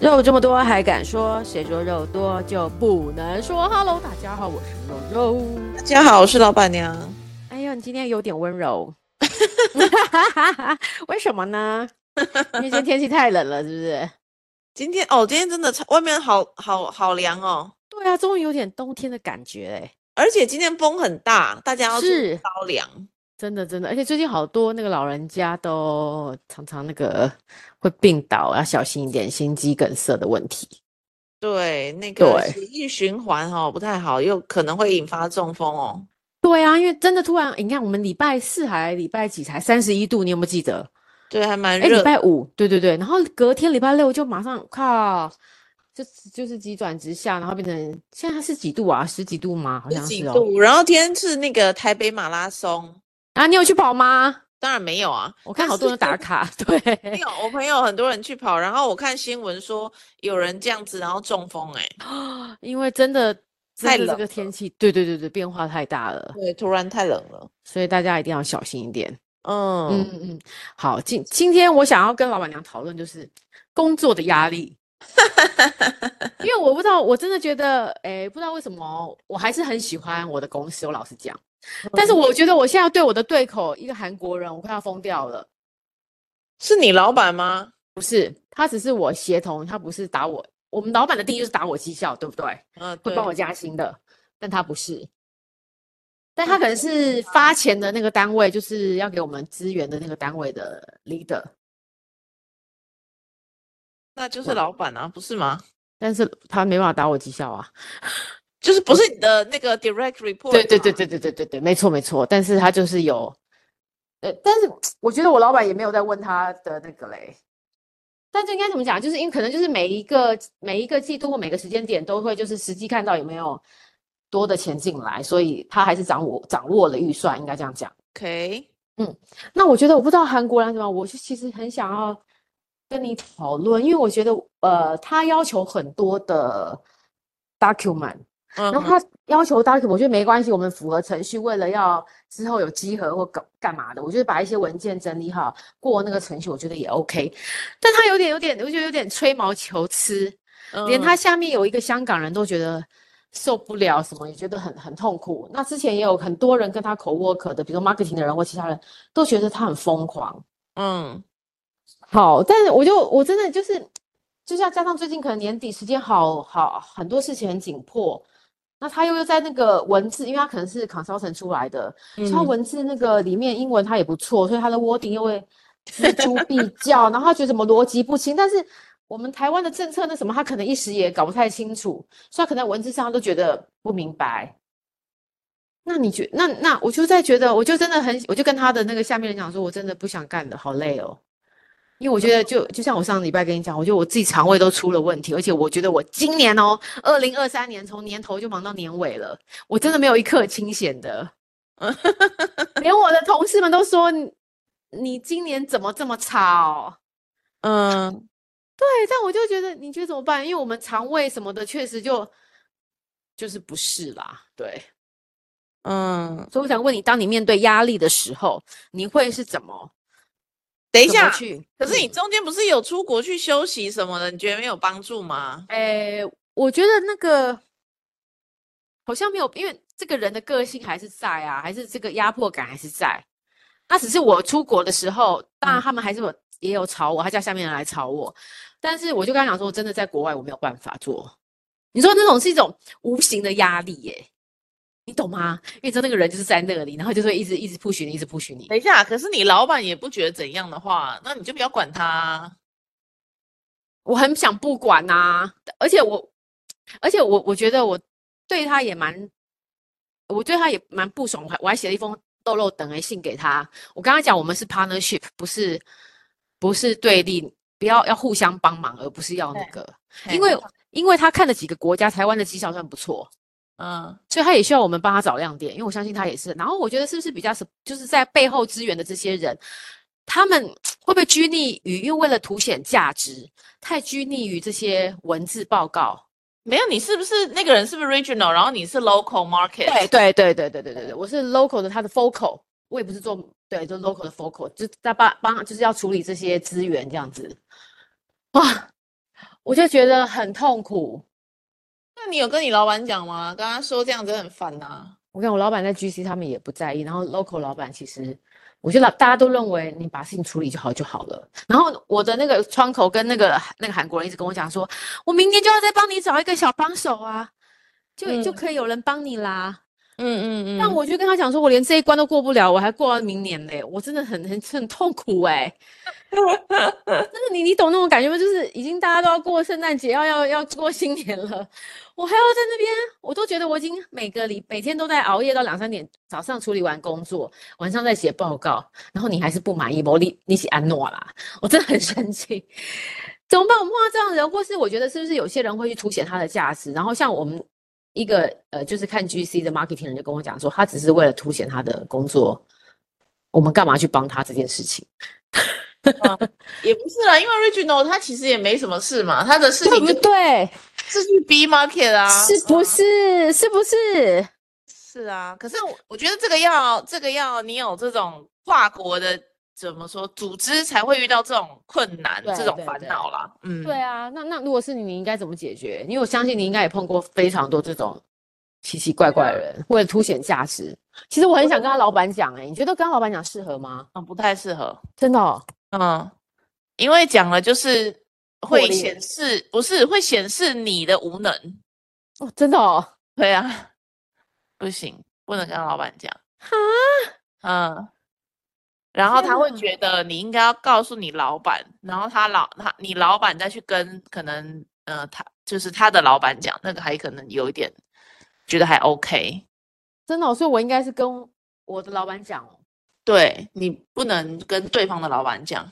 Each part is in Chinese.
肉这么多还敢说？谁说肉多就不能说？Hello，大家好，我是肉肉。大家好，我是老板娘。哎呀，你今天有点温柔， 为什么 呢？因为今天天气太冷了，是不是？今天哦，今天真的超外面好好好凉哦，对啊，终于有点冬天的感觉哎、而且今天风很大，大家要注意是着凉。真的真的，而且最近好多那个老人家都常常那个会病倒，要小心一点心肌梗塞的问题。对，那个对血液循环哦不太好，又可能会引发中风哦。对啊，因为真的突然，你看我们礼拜四还礼拜几才三十一度，你有没有记得？对，还蛮哎，礼热。拜五，对对对，然后隔天礼拜六就马上靠，就就是急转直下，然后变成现在是几度啊？十几度吗？好十像几是哦。度，然后今天是那个台北马拉松，啊，你有去跑吗？当然没有啊，我看但好多是人打卡，对， 没有，我朋友很多人去跑，然后我看新闻说有人这样子，然后中风、欸，哎，因为真的真太的这冷个了天气，对对对对，变化太大了，对，突然太冷了，所以大家一定要小心一点。嗯嗯，嗯嗯，好，今今天我想要跟老板娘讨论就是工作的压力，因为我不知道，我真的觉得，诶，不知道为什么，我还是很喜欢我的公司，我老实讲，嗯但是我觉得我现在对我的对口一个韩国人，我快要疯掉了。是你老板吗？不是，他只是我协同，他不是打我。我们老板的定义就是打我绩效，对不对？嗯，会对，帮我加薪的，但他不是。但嗯他可能是发钱的那个单位，就是要给我们资源的那个单位的 leader，那就是老板啊，不是吗？但是他没办法打我绩效啊。就是不是你的那个 direct report？对对对嘛，对啊对对对对，没错没错。但是他就是有，呃，但是我觉得我老板也没有在问他的那个嘞。但这应该怎么讲？就是因为可能就是每一个每一个季度或每个时间点都会就是实际看到有没有多的钱进来，所以他还是掌握掌握了预算，应该这样讲。 OK，那我觉得我不知道韩国人怎么样，我就其实很想要跟你讨论，因为我觉得呃，他要求很多的 document，嗯然后哼，他要求 document，我觉得没关系，我们符合程序，为了要之后有集合或干干嘛的，我就是把一些文件整理好，过那个程序，我觉得也 OK。但他有点有点，我觉得有点吹毛求疵，连他嗯下面有一个香港人都觉得受不了，什么也觉得很很痛苦。那之前也有很多人跟他 co work 的，比如说 marketing 的人或其他人都觉得他很疯狂。嗯，好，但是我就我真的就是，就像加上最近可能年底时间好好很多事情很紧迫，那他又又在那个文字，因为他可能是 consultant 出来的，所以他嗯文字那个里面英文他也不错，所以他的 wording 又会锱铢必较，然后他觉得什么逻辑不清，但是我们台湾的政策那什么，他可能一时也搞不太清楚，所以他可能在文字上他都觉得不明白。那你觉那那我就在觉得，我就真的很，我就跟他的那个下面人讲说，我真的不想干了，好累哦。因为我觉得就就像我上礼拜跟你讲，我觉得我自己肠胃都出了问题，而且我觉得我今年哦，二零二三年从年头就忙到年尾了，我真的没有一刻清闲 的，连我的同事们都说你你今年怎么这么差哦？嗯，对，但我就觉得你觉得怎么办？因为我们肠胃什么的确实就就是不是啦，对。嗯，所以我想问你，当你面对压力的时候，你会是怎么等一怎么下，去？可是你嗯中间不是有出国去休息什么的，你觉得没有帮助吗？诶，我觉得那个好像没有，因为这个人的个性还是在啊，还是这个压迫感还是在。那只是我出国的时候，当然他们还是有也有吵我，他叫下面人来吵我，但是我就跟他讲说，我真的在国外我没有办法做。你说那种是一种无形的压力耶、你懂吗？因为你知道那个人就是在那里，然后就会一直一直 push 你，一直 push 你。等一下，可是你老板也不觉得怎样的话，那你就不要管他啊。我很想不管呐、而且我，而且我我觉得我对他也蛮，我对他也蛮不爽，我还我还写了一封豆豆等的信给他。我跟他讲，我们是 partnership，不是不是对立，不要要互相帮忙，而不是要那对个，嘿因为因为他看了几个国家，台湾的绩效算不错，嗯所以他也需要我们帮他找亮点，因为我相信他也是。然后我觉得是不是比较是就是在背后支援的这些人，他们会不会拘泥于因为为了凸显价值，太拘泥于这些文字报告？没有，你是不是那个人是不是 regional，然后你是 local market？对对对对对对对对，我是 local 的，他的 focal，我也不是做对，就 local 的 focal，就在帮帮就是要处理这些资源这样子。哇，我就觉得很痛苦。那你有跟你老板讲吗？跟他说这样子很烦呐、我看我老板在 GC 他们也不在意，然后 local 老板其实，我觉得老大家都认为你把事情处理就好就好了。然后我的那个窗口跟那个那个韩国人一直跟我讲说，我明天就要再帮你找一个小帮手啊，就、就嗯可以有人帮你啦。嗯嗯嗯，但我就跟他讲说，我连这一关都过不了，我还过到明年嘞，我真的很很很痛苦哎、真的，你你懂那种感觉吗？就是已经大家都要过圣诞节，要要要过新年了，我还要在那边，我都觉得我已经每个礼每天都在熬夜到两三点，早上处理完工作，晚上再写报告，然后你还是不满意，我你你是安诺啦，我真的很生气。 怎么办？我们碰到这样的人，或是我觉得是不是有些人会去凸显他的价值？然后像我们一个呃，就是看 GC 的 marketing 人就跟我讲说，他只是为了凸显他的工作，我们干嘛去帮他这件事情？也不是啦，因为 Reginald 他其实也没什么事嘛，他的事对啊情不就对？是去 B market 啊，是不嗯是？是不是？是啊，可是我我觉得这个要这个要你有这种跨国的怎么说组织才会遇到这种困难，这对种对烦对恼啦。嗯，对啊，那那如果是你，你应该怎么解决？因为我相信你应该也碰过非常多这种奇奇怪怪的人，为了凸显价值。其实我很想跟他老板讲，哎，你觉得跟他老板讲适合吗？嗯，不太适合。真的哦，嗯，因为讲了就是会裂显示，不是会显示你的无能。哦真的哦，对啊， 不行，不能跟老板讲。哈，嗯，然后天他会哪觉得你应该要告诉你老板，然后他老他你老板再去跟可能呃他就是他的老板讲，那个还可能有一点觉得还 OK。真的哦，所以我应该是跟我的老板讲哦。对你不能跟对方的老板讲，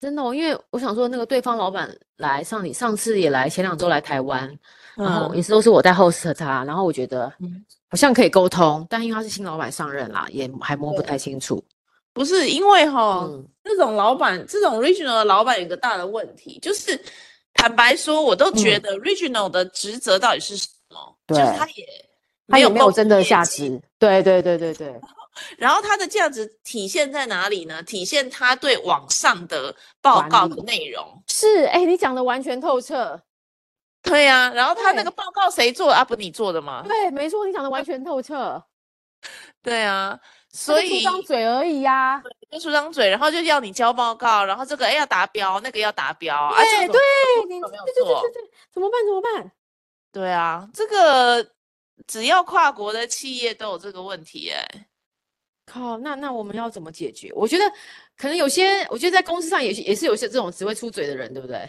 真的哦，因为我想说，那个对方老板来上你上次也来，前两周来台湾，然后嗯也是都是我在 host 他，然后我觉得嗯好像可以沟通，但因为他是新老板上任啦，也还摸不对哦太清楚。不是因为哈，嗯，这种老板，这种 regional 的老板有一个大的问题，就是坦白说，我都觉嗯得 regional 的职责到底是什么？就是对他也他也没有够真的业价绩嗯值。对对对对对，然后它的价值体现在哪里呢？体现它对网上的报管告的理内容。是哎，你讲的完全透彻。对呀、然后他那对个报告谁做的啊？不你做的吗？对，没错，你讲的完全透彻。对啊，他所就出以张嘴而已呀、就出张嘴，然后就要你交报告，然后这个哎要达标，那个要达标啊，对这个怎么对，哎你这个对没有对对做对对，怎么办？怎么办？对啊，这个只要跨国的企业都有这个问题哎、靠，那那我们要怎么解决？我觉得可能有些，我觉得在公司上也是也是有些这种只会出嘴的人，对不对？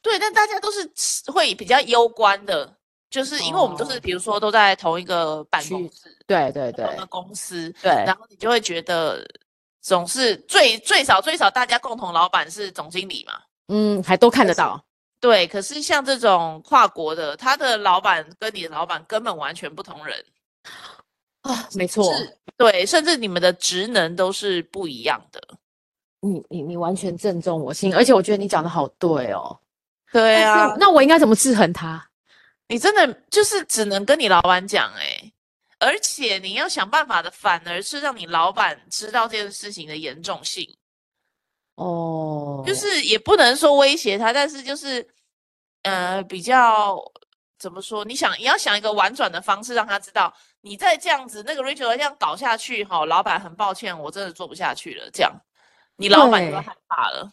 对，但大家都是吃会比较攸关的，就是因为我们都是哦比如说都在同一个办区公域室、对对 对同一个公司，对然后你就会觉得总是最最少最少大家共同老板是总经理嘛。嗯，还都看得但是到。对，可是像这种跨国的，他的老板跟你的老板根本完全不同人，啊，没错， 是对，甚至你们的职能都是不一样的。你你你完全正中我心，而且我觉得你讲的好对哦。对但是啊，那我应该怎么制衡他？你真的就是只能跟你老板讲哎、而且你要想办法的，反而是让你老板知道这件事情的严重性。哦，就是也不能说威胁他，但是就是呃比较怎么说？你想你要想一个婉转的方式，让他知道你再这样子，那个 Rachel 这样搞下去，哈，老板很抱歉，我真的做不下去了。这样，你老板就会对害怕了。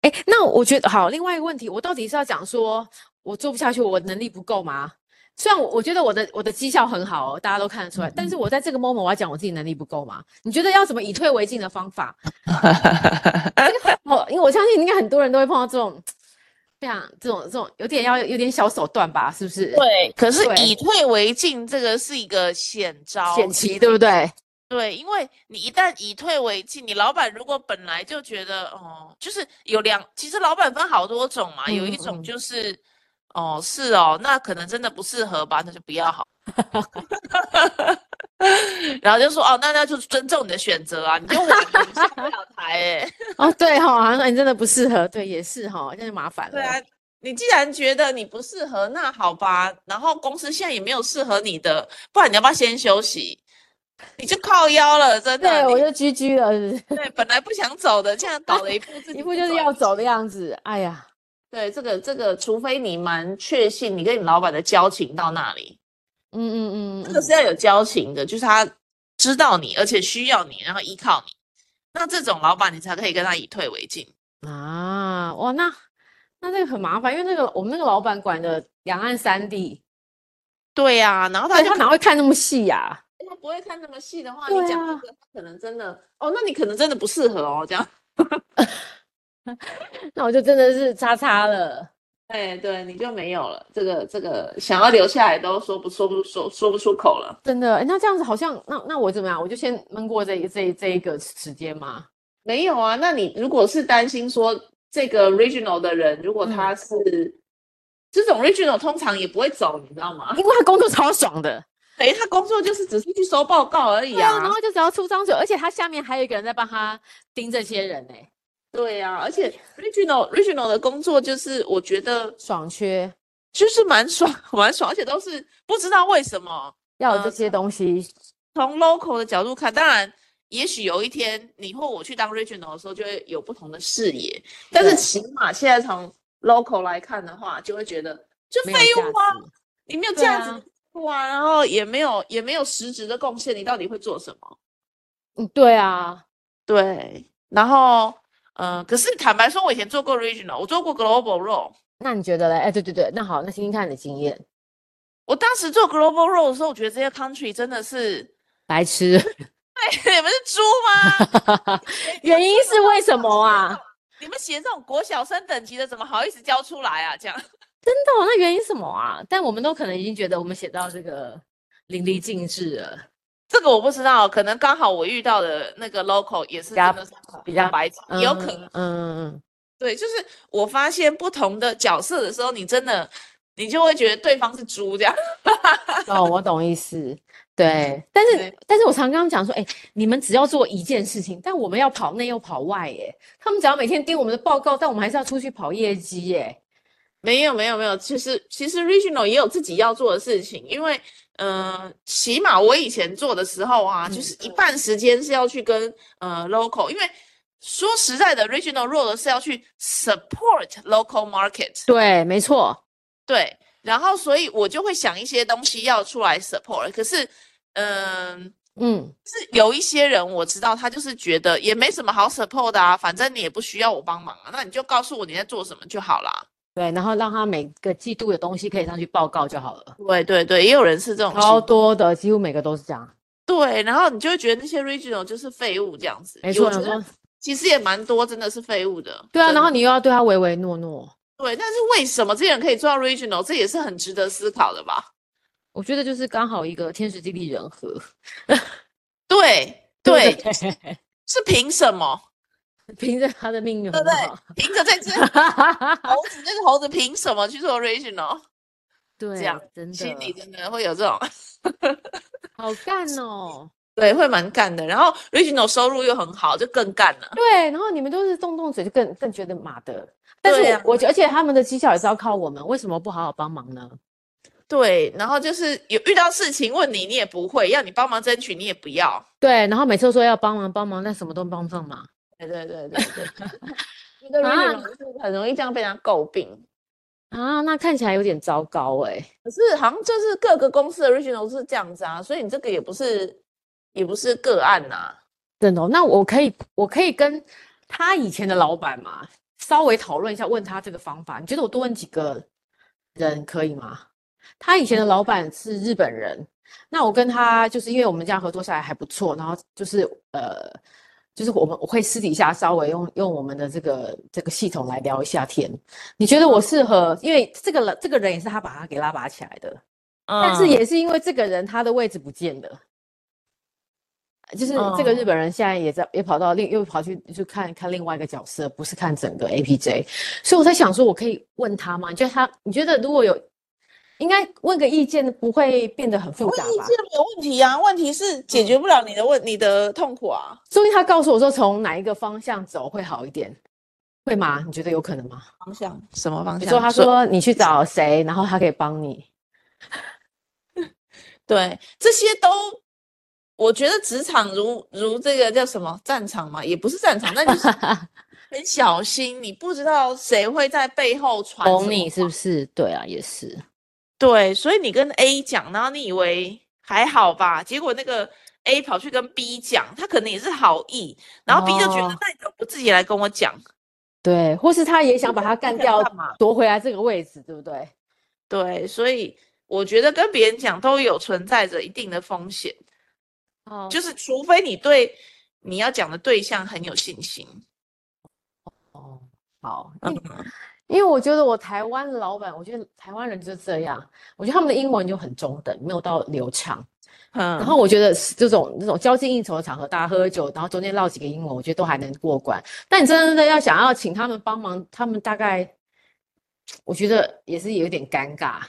哎，那我觉得好。另外一个问题，我到底是要讲说我做不下去，我能力不够吗？虽然我我觉得我的我的绩效很好哦，大家都看得嗯出来，但是我在这个 moment 我要讲我自己能力不够吗？你觉得要什么以退为进的方法？ 我因为我相信应该很多人都会碰到这种非常这种这种有点要有点小手段吧，是不是？对，可是对以退为进，这个是一个险招。险棋对不对？对，因为你一旦以退为进，你老板如果本来就觉得哦，就是有两，其实老板分好多种嘛，有一嗯种嗯就是哦是哦，那可能真的不适合吧，那就不要好。 然后就说哦，那那就尊重你的选择啊，你就我你下不了台哎、哦，对哈、好像你真的不适合，对，也是哈、那就麻烦了。对啊，你既然觉得你不适合，那好吧。然后公司现在也没有适合你的，不然你要不要先休息？你就靠腰了，真的。对，你我就居 居了，是不是对，本来不想走的，现在倒了一步，自己一副就是走也要不走行的样子。哎呀，对，这个这个，除非你蛮确信你跟你老板的交情到那里，嗯嗯嗯，这个是要有交情的，就是他知道你，而且需要你，然后依靠你，那这种老板你才可以跟他以退为进。嗯啊，哇，那那这个很麻烦，因为那个我们那个老板管的两岸三地，对呀、然后他对就他哪会看那么细呀？ 他不会看那么细的话，对你讲啊这个，他可能真的哦，那你可能真的不适合哦，这样。那我就真的是叉叉了。对对，你就没有了。这个这个，想要留下来都说不说不说说不出口了。真的，诶那这样子好像，那那我怎么样？我就先闷过这一这一这一个时间嘛。没有啊，那你如果是担心说这个 regional 的人，嗯如果他是、这种 regional，通常也不会走，你知道吗？ 因为他工作超爽的，等于他工作就是只是去收报告而已对啊，然啊。后就只要出张嘴，而且他下面还有一个人在帮他盯这些人呢、对啊，而且 regional regional 的工作就是我觉得爽缺就是蛮爽 蛮爽，而且都是不知道为什么。要有这嗯些东西，从 local 的角度看，当然，也许有一天你或我去当 regional 的时候，就会有不同的视野。但是对起码现在从 local 来看的话，就会觉得就没废有价物啊，值。你没有对价值啊的废物啊，然后也没有也没有实质的贡献，你到底会做什么？嗯，对啊，对，然后嗯、呃可是坦白说，我以前做过 regional，我做过 global role。那你觉得嘞？哎，对对对，那好，那听听看你的经验。我当时做 global role 的时候，我觉得这些 country 真的是， 白痴，你们是猪吗？ 原因是为什么 啊？你们写这种国小生等级的，怎么好意思交出来啊？这样。 真的哦、那原因是什么啊？但我们都可能已经觉得我们写到这个淋漓尽致了。这个我不知道，可能刚好我遇到的那个 local 也是比较真的是比较很白痴，也有可能嗯，嗯嗯对，就是我发现不同的角色的时候，你真的你就会觉得对方是猪这样。 嗯， 哦，我懂意思。嗯对，但是对但是我常跟他们讲说，哎、你们只要做一件事情，但我们要跑内又跑外，耶。他们只要每天盯我们的报告，但我们还是要出去跑业绩，耶。没有没有没有，其实其实 regional 也有自己要做的事情，因为呃，起码我以前做的时候啊，就嗯是一半时间是要去跟呃 local，因为说实在的，regional role 是要去 support local market，对，没错，对，然后所以我就会想一些东西要出来 support。可是，嗯，嗯，是有一些人我知道他就是觉得也没什么好 support 的啊，反正你也不需要我帮忙啊，那你就告诉我你在做什么就好啦。对，然后让他每个季度的东西可以上去报告就好了。对对对，也有人是这种超心多的，几乎每个都是这样。对，然后你就会觉得那些 regional 就是废物这样子。没错，我觉想得说其实也蛮多真的是废物的。对啊，真然后的你又要对他唯唯诺诺，对，但是为什么这些人可以做到 regional，这也是很值得思考的吧？我觉得就是刚好一个天时地利人和。 对对对，不对， 是凭什么？凭着他的命运对很不对好。凭着这只猴子，那个猴子凭什么去做 original？对，样 真心里的真的会有这种，好干哦。对，会蛮干的。然后 original 收入又很好，就更干了。对，然后你们都是动动嘴就更更觉得马的，但是对我,、啊我觉得，而且他们的绩效也是要靠我们，为什么不好好帮忙呢？对，然后就是有遇到事情问你，你也不会；要你帮忙争取，你也不要。对，然后每次都说要帮忙帮忙，但什么都帮不上忙。对对对对 对。觉得啊 original 就是很容易这样被人家诟病，啊，那看起来有点糟糕哎、可是好像就是各个公司的 original 是这样子啊，所以你这个也不是也不是个案呐、真的哦、那我可以，我可以跟他以前的老板嘛，稍微讨论一下，问他这个方法。你觉得我多问几个人可以吗？他以前的老板是日本人，那我跟他就是因为我们这样合作下来还不错，然后就是呃，就是我们我会私底下稍微用用我们的这个这个系统来聊一下天。你觉得我适合？因为这个人这个人也是他把他给拉拔起来的，但是嗯也是因为这个人他的位置不见了，就是这个嗯日本人现在也在也跑到另又跑去就看看另外一个角色，不是看整个 APJ，所以我在想说，我可以问他吗？你觉得他你觉得如果有应该问个意见，不会变得很复杂意吧？见没有问题啊，问题是解决不了你的问、你的痛苦啊。所以他告诉我说从哪一个方向走会好一点，会吗？你觉得有可能吗？方向什么方比向？如说他说你去找谁，然后他可以帮你。对，这些都， 我觉得职场如如这个叫什么战场嘛，也不是战场，但就是很小心，你不知道谁会在背后传什懂么你是不是？对啊，也是。对，所以你跟 A 讲，然后你以为还好吧，结果那个 A 跑去跟 B 讲，他可能也是好意，然后 B 就觉得哦那你怎么不自己来跟我讲？对，或是他也想把他你干想 掉，干嘛？夺回来这个位置，对不对？对，所以我觉得跟别人讲都有存在着一定的风险，哦就是除非你对你要讲的对象很有信心。哦，好，因嗯为，因为我觉得我台湾的老板，我觉得台湾人就是这样，我觉得他们的英文就很中等，没有到流畅。然然后我觉得是这种这种交际应酬的场合，大家喝酒，然后中间唠几个英文，我觉得都还能过关。但你真的要想要请他们帮忙，他们大概我觉得也是有点尴尬。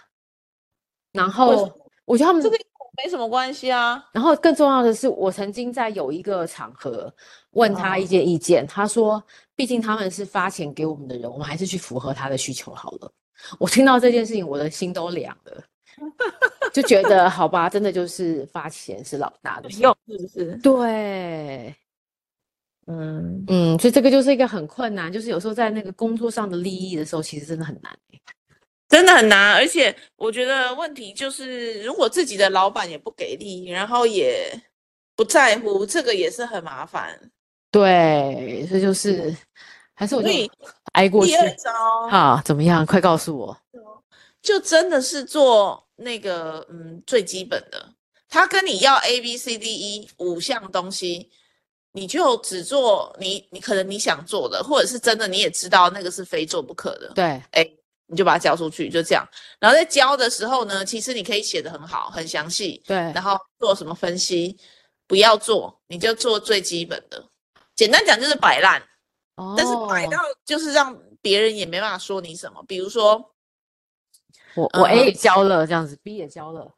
然为什后我觉得他们这个没什么关系啊，然后更重要的是，我曾经在有一个场合问他一哦些意见，他说，毕竟他们是发钱给我们的人，我们还是去符合他的需求好了。我听到这件事情，我的心都凉 了，就觉得好吧，真的就是发钱是老大的事。用是不是？对，嗯，嗯，所以这个就是一个很困难，就是有时候在那个工作上的利益的时候，其实真的很难欸。真的很难，而且我觉得问题就是，如果自己的老板也不给力，然后也不在乎，这个也是很麻烦。对，这就是，还是我就所以挨过去第。二哦招好，怎么样？快告诉我。就真的是做那个嗯最基本的，他跟你要 A B C D E 五项东西，你就只做你你可能你想做的，或者是真的你也知道那个是非做不可的，对，你就把它交出去，就这样。然后在交的时候呢，其实你可以写的很好，很详细，对然，后做什么分析，不要做，你就做最基本的。简单讲就是摆烂，但是摆哦到就是让别人也没办法说你什么。比如说，我我 A 嗯也交了，这样子，B 也交了，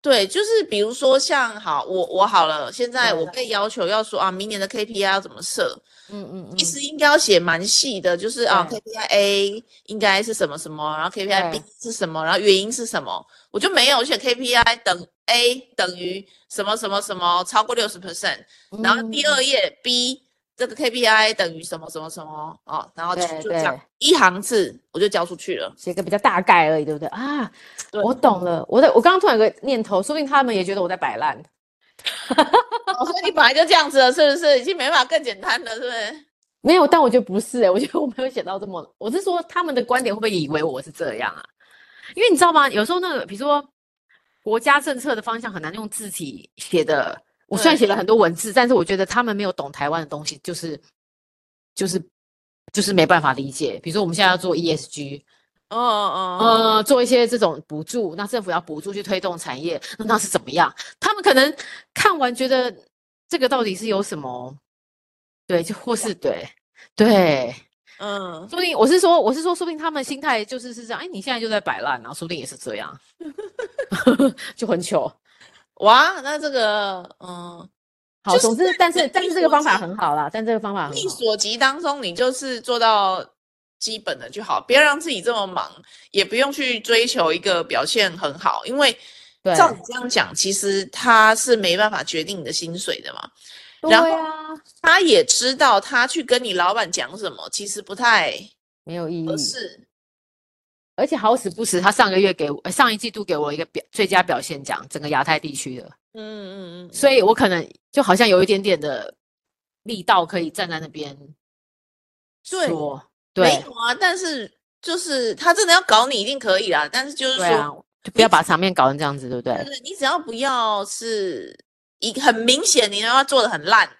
对，就是比如说像好，我我好了，现在我对被要求要说啊，明年的 KPI 要怎么设，嗯嗯嗯其实应该要写蛮细的，就是啊对，KPI A 应该是什么什么，然后 KPI 对 B 是什么，然后原因是什么，我就没有我写 KPI 等 A 等于什么什么什么超过六十 percent，然后第嗯二页 B 这个 KPI 等于什么什么什么哦，然后就对就这样对一行字我就交出去了。写个比较大概而已，对不对啊？对我懂了，我在我刚刚突然有个念头，说不定他们也觉得我在摆烂，哦，所以你本来就这样子了，是不是？已经没办法更简单了，是不是？没有，但我觉得不是、欸，我觉得我没有写到这么，我是说他们的观点会不会以为我是这样啊？因为你知道吗？有时候那个比如说国家政策的方向很难用字体写的，我虽然对写了很多文字，但是我觉得他们没有懂台湾的东西，就是就是就是没办法理解。比如说我们现在要做 E ESG，哦哦哦，呃，做一些这种补助，那政府要补助去推动产业，那那是怎么样？他们可能看完觉得这个到底是有什么？对，就或是对对，嗯，说不定我是说我是说，说不定他们心态就是是这样，哎，你现在就在摆烂，然后说不定也是这 样，就很糗。哇，那这个嗯，好，就是总之，但在是但力是这个所方法及很好啦，但这个方法很力好。所及当中，你就是做到基本的就好，不要让自己这么忙，也不用去追求一个表现很好，因为对照你这样讲，其实他是没办法决定你的薪水的嘛。对然后啊，他也知道他去跟你老板讲什么，其实不太没有意义合。适。而且好死不死，他上个月给我，呃上一季度给我一个表最佳表现奖，整个亚太地区的。嗯嗯嗯嗯，所以我可能就好像有一点点的力道可以站在那边对说，没对有啊，但是就是他真的要搞你，一定可以啦。但是就是对说，啊，就不要把场面搞成这样子，对不对对？对，你只要不要是一很明显，你要做的很烂，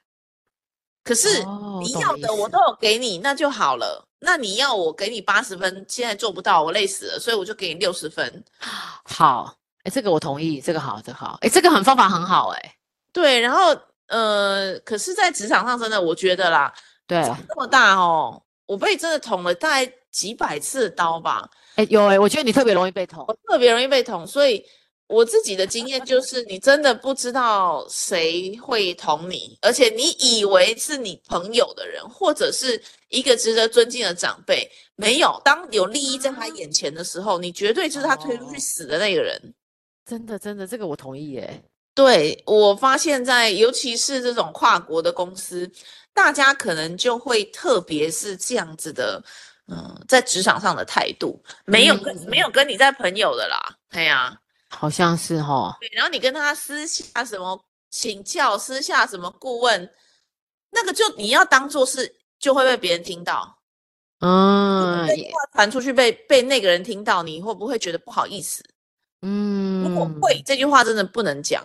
可是哦你懂要你意的我思都有给你，那就好了。那你要我给你八十分，现在做不到，我累死了，所以我就给你六十分。好，哎，这个我同意，这个好，这个好，哎，这个很方法很好，哎，对，然后呃，可是，在职场上真的，我觉得啦，对， 这么大哦，我被真的捅了大概几百次的刀吧，哎有哎，我觉得你特别容易被捅我，特别容易被捅，所以我自己的经验就是，你真的不知道谁会捅你，而且你以为是你朋友的人，或者是一个值得尊敬的长辈，没有。当有利益在他眼前的时候，你绝对就是他推出去哦死的那个人。真的真的，这个我同意，哎，对，我发现在，尤其是这种跨国的公司，大家可能就会特别是这样子的，嗯、在职场上的态度，没有跟没有跟你在朋友的啦，哎呀、好像是哦，对，然后你跟他私下什么请教，私下什么顾问，那个就你要当做是就会被别人听到，嗯，这句也话传出去被被那个人听到，你会不会觉得不好意思？嗯，如果会，这句话真的不能讲。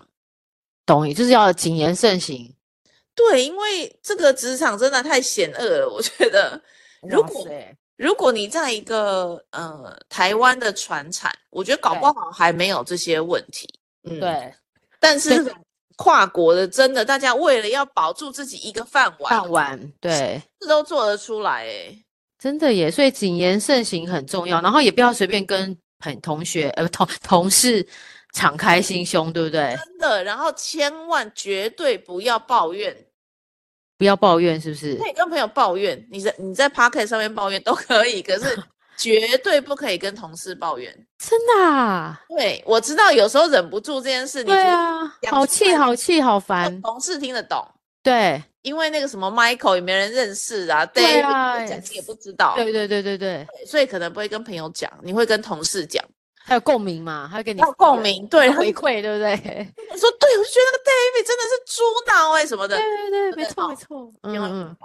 懂，就是要谨言慎行。对，因为这个职场真的太险恶了，我觉得。如哇果塞如果你在一个呃台湾的船产，我觉得搞不对好还没有这些问题。嗯，。对但是对那种跨国的，真的大家为了要保住自己一个饭碗，饭碗，对，这都做得出来、欸。真的耶，所以谨言慎行很重要，然后也不要随便跟朋同学呃同同事敞开心胸，对不对？真的，然后千万绝对不要抱怨，不要抱怨，是不是？可以跟朋友抱怨，你在你在 p o c k e t 上面抱怨都可以，可是绝对不可以跟同事抱怨。真的啊？对，我知道有时候忍不住这件事，你对觉得啊，讲好出气，来好气，好呃烦。同事听得懂，对，因为那个什么 Michael 也没人认识啊对，David 啊讲你也不知道，对对对对对，对所以可能不会跟朋友讲，你会跟同事讲，还有共鸣嘛，还有给你要共鸣。对，然后回馈，对不对？你说对，我就觉得那个 David 真的是猪脑哎、什么 的，对对对，没对错没哦错，千万不嗯嗯。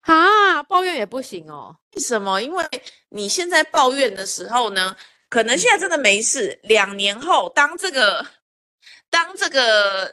哈，抱怨也不行哦。为什么？因为你现在抱怨的时候呢，可能现在真的没事，两年后当这个当这个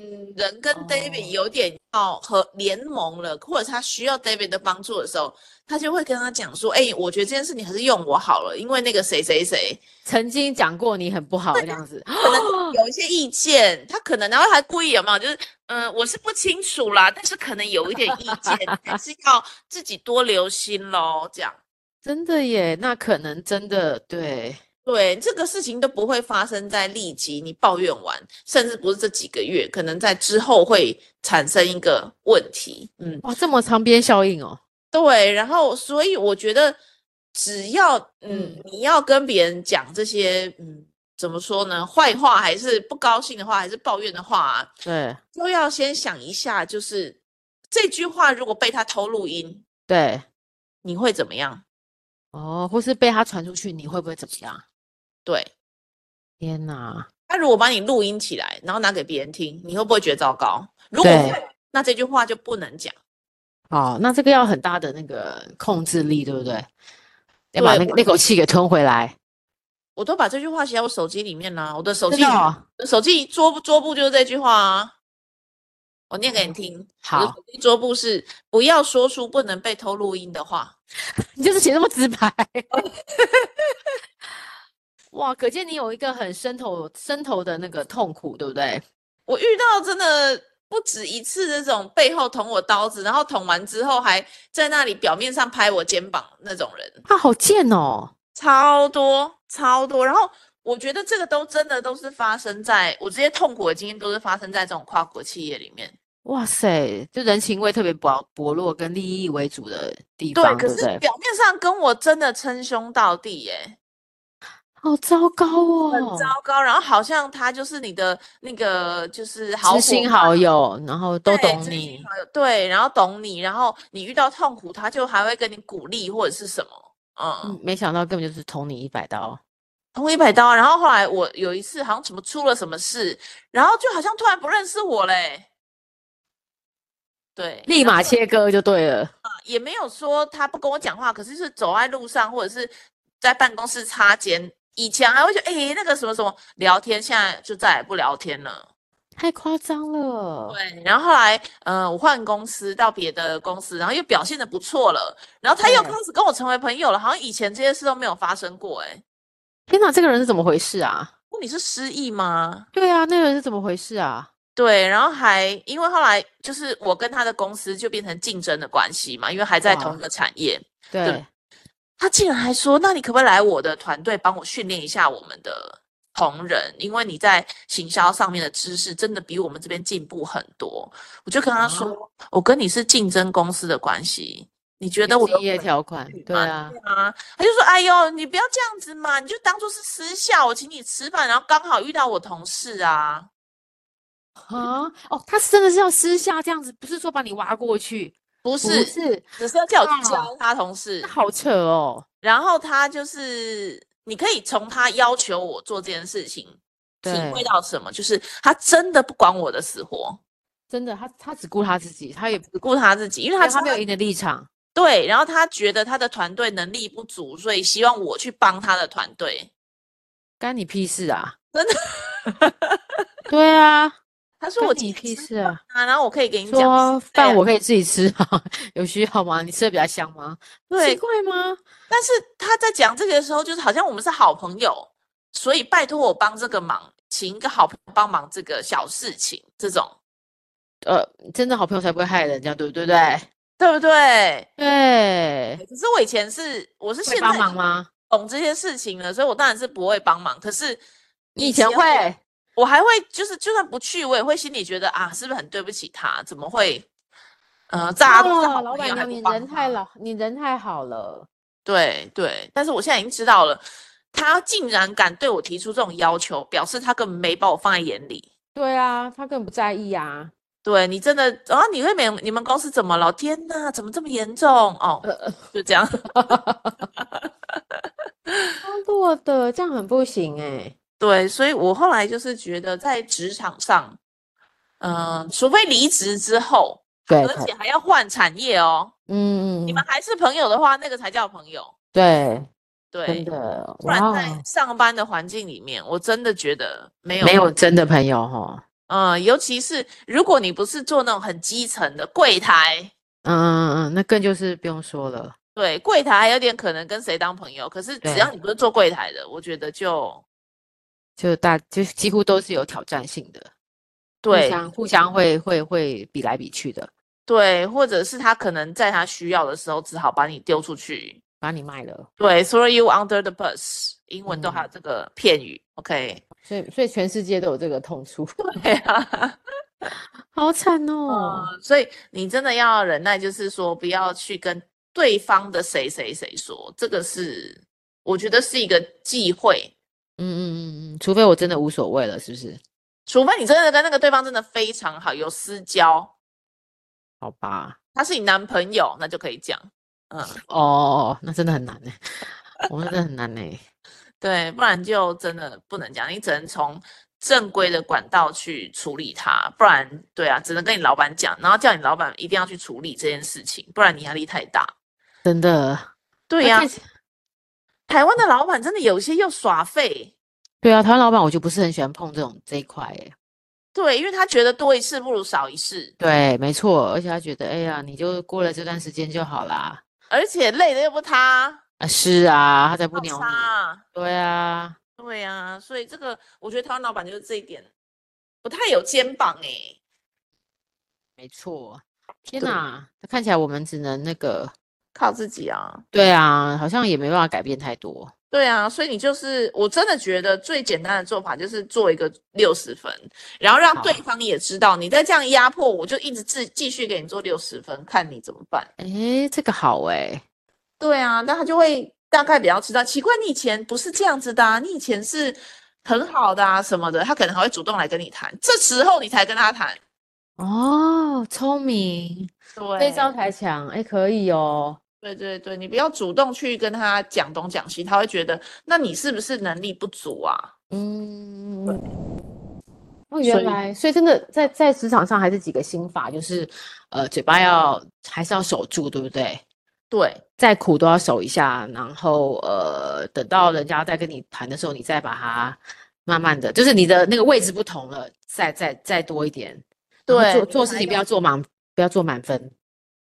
嗯人跟 David 哦有点要和联盟了，或者他需要 David 的帮助的时候，他就会跟他讲说：“哎、我觉得这件事你还是用我好了，因为那个谁谁谁曾经讲过你很不好这样子， 可能有一些意见，他可能然后还故意有没有？就是嗯、呃我是不清楚啦，但是可能有一点意见，还是要自己多留心喽，这样。”真的耶，那可能真的对，对，这个事情都不会发生在立即你抱怨完，甚至不是这几个月，可能在之后会产生一个问题。嗯，哇，这么长边效应哦，对。然后，所以我觉得，只要嗯嗯你要跟别人讲这些嗯怎么说呢，坏话还是不高兴的话，还是抱怨的话啊，对都要先想一下，就是这句话如果被他偷录音，对，你会怎么样？哦，或是被他传出去，你会不会怎么样？对。天哪，他如果把你录音起来，然后拿给别人听，你会不会觉得糟糕？如果对会，那这句话就不能讲。好，那这个要很大的那个控制力，对不对？要把对那个那口气给吞回来，我都把这句话写在我手机里面啦，我的手真机的里面，哦我的手机桌布桌布就是这句话啊。我念给你听，我的哦好手机桌布是不要说出不能被偷录音的话。你就是写那么直白。 哇，可见你有一个很深头深头的那个痛苦，对不对？我遇到真的不止一次这种背后捅我刀子，然后捅完之后还在那里表面上拍我肩膀那种人。他啊好贱哦，超多超多，然后我觉得这个都真的都是发生在我这些痛苦的经验，都是发生在这种跨国企业里面。哇塞，就人情味特别薄薄弱，跟利益为主的地对，方，可不是对？表面上跟我真的称兄道弟耶，好糟糕哦，很糟糕。然后好像他就是你的那个就是好知伙心伴好友，然后都啊对懂知心你，好友对，然后懂你，然后你遇到痛苦，他就还会跟你鼓励或者是什么，嗯嗯，哦没想到根本就是捅你一百刀，捅一百刀。然后后来我有一次好像怎么出了什么事，然后就好像突然不认识我嘞。对，立然后马切割就对了。也没有说他不跟我讲话，可是是走在路上或者是在办公室擦肩，以前还会觉得哎、诶那个什么什么聊天，现在就再也不聊天了。 太夸张了，对，然后后来呃我换公司到别的公司，然后又表现的不错了，然后他又对开始跟我成为朋友了，好像以前这些事都没有发生过、诶哎，天哪，这个人是怎么回事啊？那你是失忆吗？对啊，那个人是怎么回事啊？对，然后还因为后来就是我跟他的公司就变成竞争的关系嘛，因为还在同哇一个产业，对，他竟然还说：“那你可不可以来我的团队帮我训练一下我们的同仁？因为你在行销上面的知识真的比我们这边进步很多。”我就跟他说：“我跟你是竞争公司的关系，哦你觉得我有竞业可条款能，对吗啊，啊？”他就说：“哎呦，你不要这样子嘛，你就当做是私下我请你吃饭，然后刚好遇到我同事啊。”啊，哦，他是真的是要私下这样子，不是说把你挖过去，不不是，嗯是，只是要叫我去啊教他同事那，好扯哦，然后他就是你可以从他要求我做这件事情体会对到什么，就是他真的不管我的死活，真的，他他只顾他自己，他也只顾他自己，因为他他他没有知道赢的立场，对，然后他觉得他的团队能力不足，所以希望我去帮他的团队。干你屁事啊！真的， 对啊，他说干我你请屁吃事啊！啊，然后我可以给你讲说是这饭样我可以自己吃啊， 有需要吗？你吃的比较香吗？奇对，怪吗？但是他在讲这个的时候，就是好像我们是好朋友，所以拜托我帮这个忙，请一个好朋友帮忙这个小事情，这种呃，真的好朋友才不会害人，这样对不对？对不对不对？对，可是我以前是我是会现帮在忙已吗？经懂这些事情了，所以我当然是不会帮忙。可是你以前会，我还会就是就算不去，我也会心里觉得啊，是不是很对不起他？怎么会？呃，大家都是哦好老朋板友还娘，不你帮人太他老，你人太好了。对对，但是我现在已经知道了，他竟然敢对我提出这种要求，表示他根本没把我放在眼里。对啊，他根本不在意啊。对你真的，然、后你会没你们公司怎么了？天呐，怎么这么严重？哦，呃，就这样。 超弱的，这样很不行哎、对，所以我后来就是觉得在职场上，嗯、除非离职之后，对，而且还要换产业哦，嗯，你们还是朋友的话，那个才叫朋友。对，真对，的，不然在哇，哦上班的环境里面，我真的觉得没有没有真的朋友哈，嗯，尤其是如果你不是做那种很基层的柜台，嗯嗯嗯，那更就是不用说了，对，柜台还有点可能跟谁当朋友，可是只要对你不是做柜台的，我觉得就就大就几乎都是有挑战性的，互对相互相会会会比来比去的，对，或者是他可能在他需要的时候，只好把你丢出去，把你卖了，对，throw you under the bus，英文都嗯还有这个片语，OK， 所以所以全世界都有这个痛处， 对啊，好惨哦，嗯，所以你真的要忍耐，就是说不要去跟对方的谁谁谁说，这个是我觉得是一个忌讳。嗯嗯嗯嗯，除非我真的无所谓了，是不是？除非你真的跟那个对方真的非常好，有私交，好吧，他是你男朋友，那就可以讲。嗯，哦，那真的很难呢、我们真的很难呢、对，不然就真的不能讲，你只能从正规的管道去处理它，不然对啊，只能跟你老板讲，然后叫你老板一定要去处理这件事情，不然你压力太大。真的，对那呀、看起台湾的老板真的有些又耍废，对啊，台湾老板我就不是很喜欢碰这种这一块哎、对，因为他觉得多一事不如少一事，对，没错，而且他觉得，哎呀，你就过了这段时间就好啦。而且累的又不是他，啊，是啊，他才不要鸟杀你。啊。对啊，对呀、所以这个我觉得台湾老板就是这一点不太有肩膀哎、没错。天对哪，看起来我们只能那个，靠自己啊。对啊，好像也没办法改变太多。对啊，所以你就是我真的觉得最简单的做法就是做一个六十分，然后让对好方也知道你再这样压迫，我就一直继继续给你做六十分，看你怎么办。哎，这个好哎，对啊，那他就会大概比较知道，奇怪，你以前不是这样子的啊，你以前是很好的啊什么的，他可能还会主动来跟你谈，这时候你才跟他谈。哦，聪明，对，这招才强，哎，可以哦。对对对，你不要主动去跟他讲东讲西，他会觉得那你是不是能力不足啊？嗯，对哦，所原以来，所以真的在在职场上还是几个心法，就是呃，嘴巴要还是要守住，对不对？对再苦都要守一下，然后呃，等到人家再跟你谈的时候，你再把它慢慢的，就是你的那个位置不同了，再再再多一点，然后对，做做事情不要要做满，不要做满分。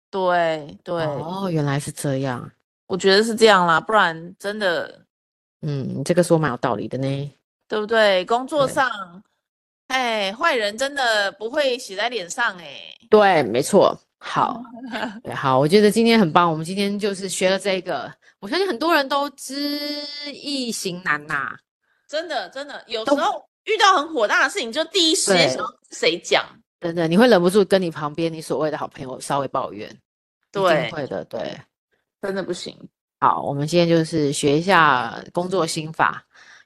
对对，哦，原来是这样，我觉得是这样啦，不然真的嗯，你这个说蛮有道理的呢。对不对？工作对上，哎，坏人真的不会写在脸上哎。对，没错，好，嗯 对，好，我觉得今天很棒，我们今天就是学了这个，我相信很多人都知易行难呐、真的真的，有时都候遇到很火大的事情，就第一时间对想要跟谁讲。真的，你会忍不住跟你旁边你所谓的好朋友稍微抱怨，一定对会的，对。真的不行。好，我们今天就是学一下工作心法，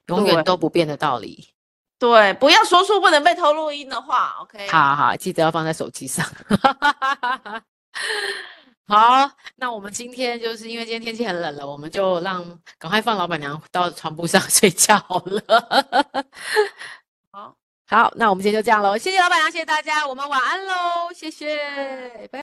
永对远都不变的道理。对，不要说出不能被偷录音的话，OK？好好，记得要放在手机上。好，那我们今天就是因为今天天气很冷了，我们就让赶快放老板娘到床铺上 睡觉好了。好，好，那我们今天就这样喽，谢谢老板娘，谢谢大家，我们晚安喽，谢谢，拜拜。